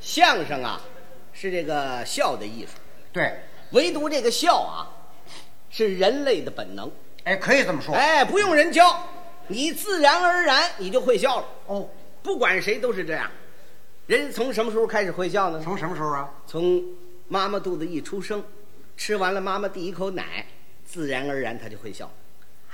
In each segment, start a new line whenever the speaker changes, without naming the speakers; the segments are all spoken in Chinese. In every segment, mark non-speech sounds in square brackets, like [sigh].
相声啊，是这个笑的艺术，
对，
唯独这个笑啊，是人类的本能。
哎，可以这么说。
哎，不用人教，你自然而然你就会笑了。
哦，
不管谁都是这样。人从什么时候开始会笑呢？
从什么时候啊？
从妈妈肚子一出生，吃完了妈妈第一口奶，自然而然他就会笑。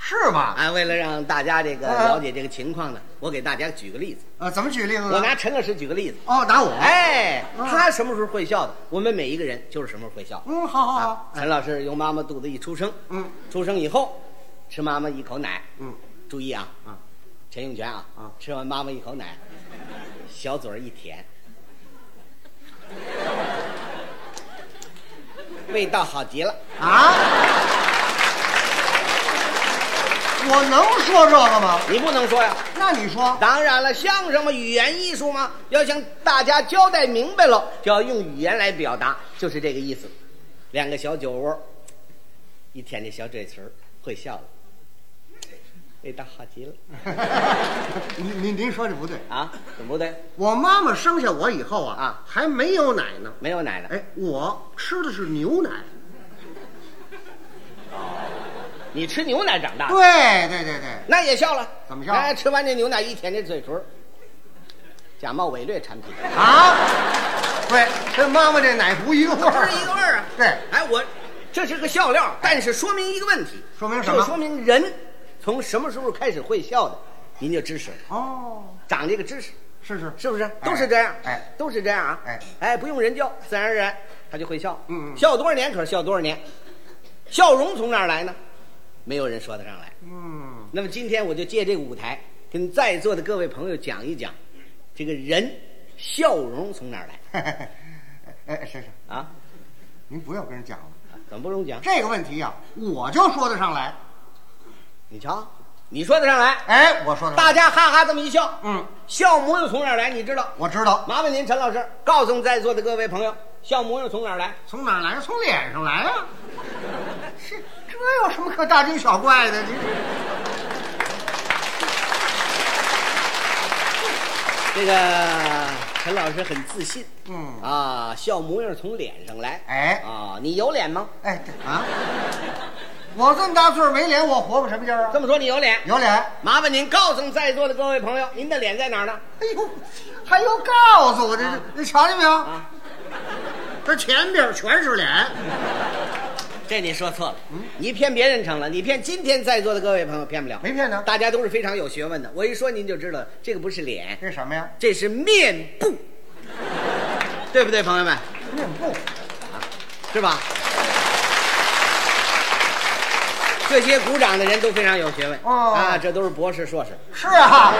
是吗？
啊，为了让大家这个
啊
了解这个情况呢，我给大家举个例子。
呃，怎么举例子呢？
我拿陈老师举个例子。
哦，拿我。，
哎，
啊
他什么时候会笑的？我们每一个人就是什么时候会笑。
嗯，好好好。
啊陈老师由妈妈肚子一出生，
嗯
出生以后吃妈妈一口奶，
嗯
注意啊，
啊，
陈永泉啊，
啊
吃完妈妈一口奶，小嘴儿一
[laughs]
舔，味道好极了。
啊！我能说这个吗？
你不能说呀。
那你
[laughs]
说
当然了，相声嘛，语言艺术嘛，要向大家交代明白了，就要用语言来表达，就是这个意思。两个小酒窝，一舔这小嘴唇儿，会笑了，味道好极了
您您您说这不对。
啊！怎么不对？
我妈妈生下我以后啊
啊
还没有奶呢。
没有奶了，
哎，我吃的是牛奶。
你吃牛奶长大的，
对对对对，
那也笑了。
怎么笑
哎，吃完这牛奶一舔这嘴唇儿，假冒伪劣产品，
啊，对，跟妈妈这奶不一个味
不
儿，
是一个味儿啊。
对哎
哎，我这是个笑料，但是说明一个问题，
说明什么
就说明人从什么时候开始会笑的，您就知识了
哦，
长这个知识，
是是
是不是？都是这样，
哎，
都是这样啊，
哎，
哎，不用人教，自然而然他就会笑，
嗯嗯
笑多少年可是笑多少年，笑容从哪儿来呢？没有人说得上来。
嗯，
那么今天我就借这个舞台，跟在座的各位朋友讲一讲，这个人笑容从哪儿
[laughs]
来
嘿嘿嘿哎，先生，
啊？
您不要跟人讲了，
怎么不容易讲？
这个问题呀、啊我就说得上来，
你瞧，你说得上来，
哎，我说得上
大
来，
家哈哈这么一笑，
嗯，
笑模样从哪儿来？你知道？
我知道
麻烦您，陈老师，告诉在座的各位朋友，笑模样从哪儿来？
从哪儿来，从脸上来啊，是这有什么可大惊小怪的？您这
这个陈老师很自信，
嗯
啊，笑模样从脸上来，
哎
啊，你有脸吗？
哎这啊，我这么大岁数没脸，我活过什么劲儿
这
啊？
么说你有脸？
有脸，
麻烦您告诉在座的各位朋友，您的脸在哪儿呢？
哎呦，还有告诉我这
啊
这，你瞧见没有？
啊，
这前边全是脸，
这你说错了，嗯你骗别人成了，你骗今天在座的各位朋友骗不了，
没骗呢。
大家都是非常有学问的，我一说您就知道了，这个不是脸，
这什么呀？
这是面部， [laughs] 对不对，朋友们？
面部。
是吧？这些鼓掌的人都非常有学问
哦
啊，这都是博士、硕士。
是啊。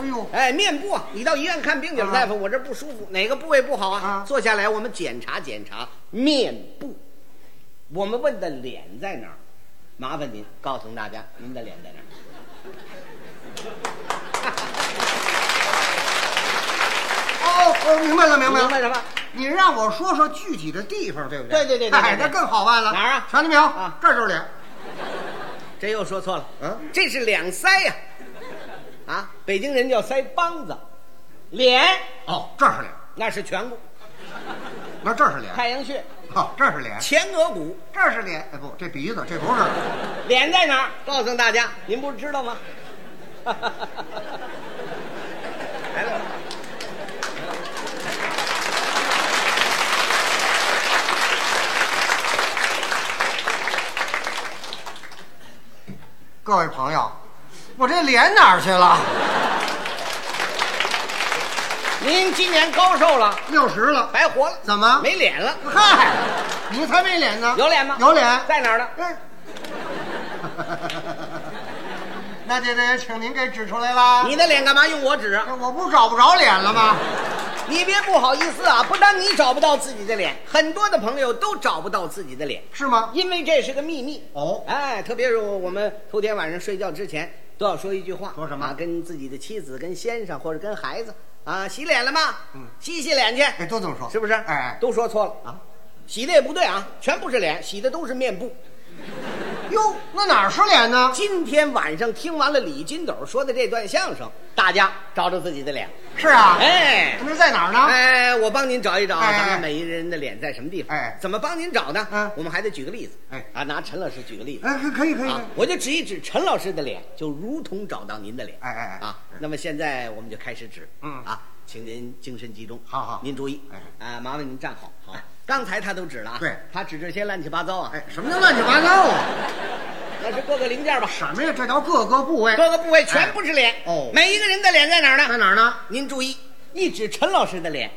哎呦，
哎，面部，你到医院看病去了，
啊
大夫，我这不舒服，哪个部位不好啊
啊？
坐下来，我们检查检查面部。我们问的脸在哪儿？麻烦您告诉大家，您的脸在哪儿？
哦，我明白了，明白
明
了。
白什么？
你让我说说具体的地方，对不对？
对对对对对
哎，
对
那更好办了。
哪儿啊
瞧见没有？
啊
这儿就是脸。
这又说错了。
嗯，
这是两腮呀、啊，北京人叫腮帮子，脸
哦，这是脸，
那是颧骨、
那这是脸。
太阳穴、
哦，这是脸，
前额骨。
这是脸。哎，不，这鼻子，这不是。
脸在哪儿？告诉大家，您不是知道吗？来了。
各位朋友，我这脸哪儿去了？
您今年高寿了，
六十了，
白活了，
怎么
哎没脸了？
嗨，你才没脸呢。
有脸吗？
有脸。
在哪儿呢？
哎， [laughs] 那就得请您给指出来啦。
你的脸干嘛用我指啊？
那我不是找不着脸了吗？
你别不好意思啊，不但你找不到自己的脸，很多的朋友都找不到自己的脸，
是吗？
因为这是个秘密。
哦，
哎，特别是我们头天晚上睡觉之前都要说一句话，
说什么
啊？跟自己的妻子、跟先生或者跟孩子啊，洗脸了吗？
嗯
洗洗脸去。
哎，都这么说，
是不是？
哎，
都说错了啊，洗的也不对啊，全不是脸，洗的都是面部。
哟，那哪儿失联呢？
今天晚上听完了李金斗说的这段相声，大家找找自己的脸。
是啊，
哎
那在哪儿呢？
哎，我帮您找一找，
哎
咱们每一人的脸在什么地方？
哎
怎么帮您找呢？
嗯
我们还得举个例子。
哎
啊，拿陈老师举个例子。
哎，可可以可以，
啊，我就指一指陈老师的脸，就如同找到您的脸。
哎哎哎
啊，那么现在我们就开始指。
嗯
啊，请您精神集中。
好好
您注意。
哎
啊，麻烦您站好。好，刚才他都指了啊。
对
他指这些乱七八糟啊。
哎，什么叫乱七八糟啊？
那是各个零件吧？
什么呀？这叫各个部位
各个部位全不是脸。
哦
每一个人的脸在哪儿
在
呢？
哪儿呢？
您注意，一指陈老师的脸，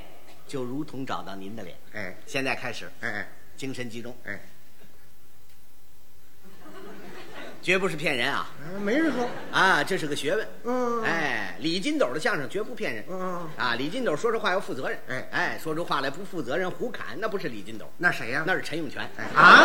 就如同找到您的脸。
哎
现在开始，
哎哎
精神集中，
哎
绝不是骗人啊！
哎，没人说，
啊，这是个学问。
嗯
哎，李金斗的相声绝不骗人。
嗯
啊，李金斗说出话要负责任。
哎
哎，说出话来不负责任，胡侃那不是李金斗，
那谁呀？
那是陈永泉。
啊，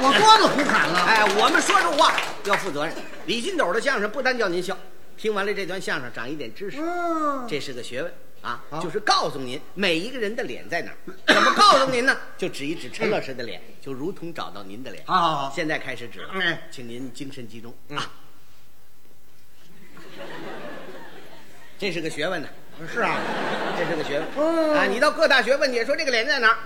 我桌子胡砍了。
哎，我们说出话要负责任。李金斗的相声不单叫您笑，听完了这段相声长一点知识，
嗯，
这是个学问啊
好，
就是告诉您每一个人的脸在哪
[coughs]
儿。怎么告诉您呢？就指一指陈老师的脸，就如同找到您的脸。
好好好
现在开始指了
嗯，
请您精神集中啊。这是个学问呢、
是啊，
这是个学问、
嗯
啊！你到各大学问去，说这个脸在哪儿，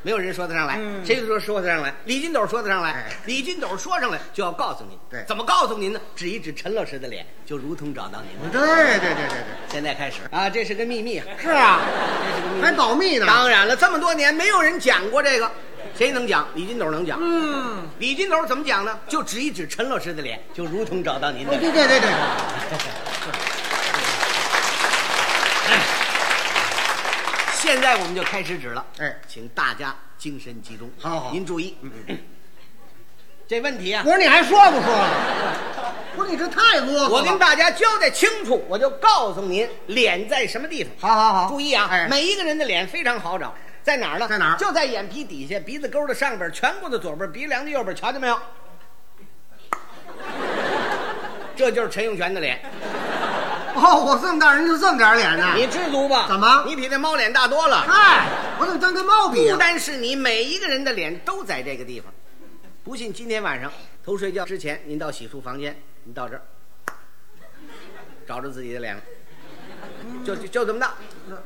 没有人说得上来，
嗯
谁说说得上来？李金斗说得上来，
哎
李金斗说上来就要告诉您，
对
怎么告诉您呢？指一指陈老师的脸，就如同找到您了。
对对对对对，
现在开始啊，这是个秘密啊，
是啊，还保密呢。
当然了，这么多年没有人讲过这个，谁能讲？李金斗能讲。
嗯，
李金斗怎么讲呢？就指一指陈老师的脸，就如同找到您的
对
脸。
对对对对，
现在我们就开始指了，
哎
请大家精神集中。
好好嗯
您注意，嗯这问题啊
我，说你还说不说了？不是你这太啰嗦了。
我跟大家交代清楚，我就告诉您脸在什么地方。
好好好，
注意啊，
哎，
每一个人的脸非常好找，在哪儿呢？
在哪儿
就在眼皮底下、鼻子沟的上边、颧骨的左边、鼻梁的右边，瞧见
[laughs]
没有？这就是陈永泉的脸，
哦，我这么大人就这么点脸呢？
你知足吧？
怎么
你比那猫脸大多了。
哎，我怎么当跟猫比
不
啊？
单是你，每一个人的脸都在这个地方。不信，今天晚上头睡觉之前，您到洗漱房间，您到这儿找着自己的脸了，就就就这么大，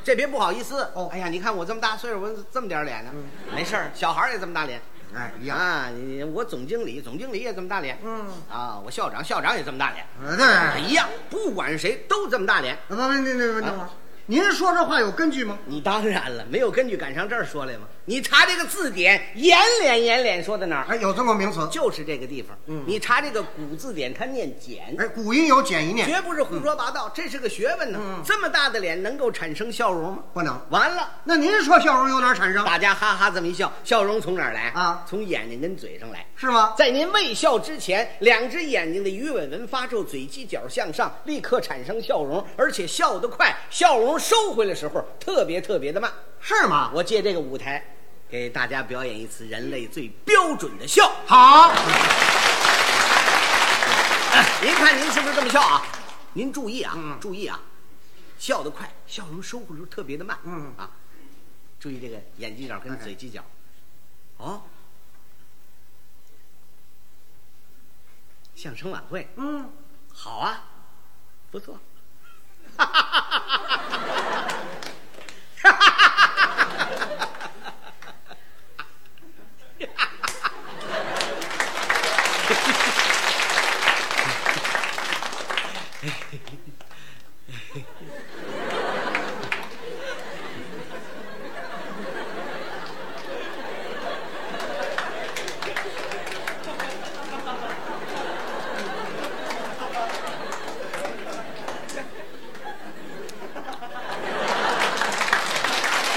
这别不好意思。
哦
哎呀，你看我这么大岁数，我这么点儿脸呢，没事儿，小孩儿也这么大脸。
哎，一样。
啊，你我总经理，总经理也这么大脸。
嗯
啊，我校长，校长也这么大脸，啊
呃对，
一样，不管谁都这么大脸。
不不，那那那等会儿，您说这话有根据吗？
你当然了，没有根据敢上这儿说来吗？你查这个字典，眼脸眼脸说的哪儿？
哎，有这么个名词。
就是这个地方。
嗯
你查这个古字典，它念简。
哎，古音有简一念，
绝不是胡说八道，这是个学问呢、
嗯
这么大的脸能够产生笑容吗？
不能。
完了，
那您说笑容由哪儿产生？
大家哈哈这么一笑，笑容从哪儿来
啊
从眼睛跟嘴上来。
是吗？
在您未笑之前，两只眼睛的鱼尾纹发皱，嘴犄角向上，立刻产生笑容，而且笑得快，笑容收回来时候特别特别的慢。
是吗？
我借这个舞台，给大家表演一次人类最标准的笑。
好，
哎您看您是不是这么笑啊？您注意啊，
嗯
注意啊，笑得快，笑容收回时候特别的慢。
嗯哎
啊，注意这个眼犄角跟嘴犄角。哦，相声晚会，
嗯，
好啊，不错。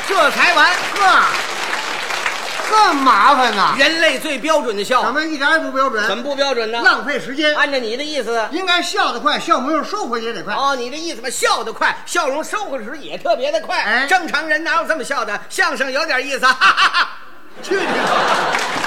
这才完，
呵，这么麻烦呢？
人类最标准的笑，
咱们一点也不标
怎
准，
么不标准呢？
浪费时间。
按照你的意思，
应该笑得快，笑没有收回去也得快。
哦，你的意思吧？笑得快，笑容收回的时候也特别的快。
哎
正常人哪有这么笑的？相声有点意思，哈哈哈哈。去你的！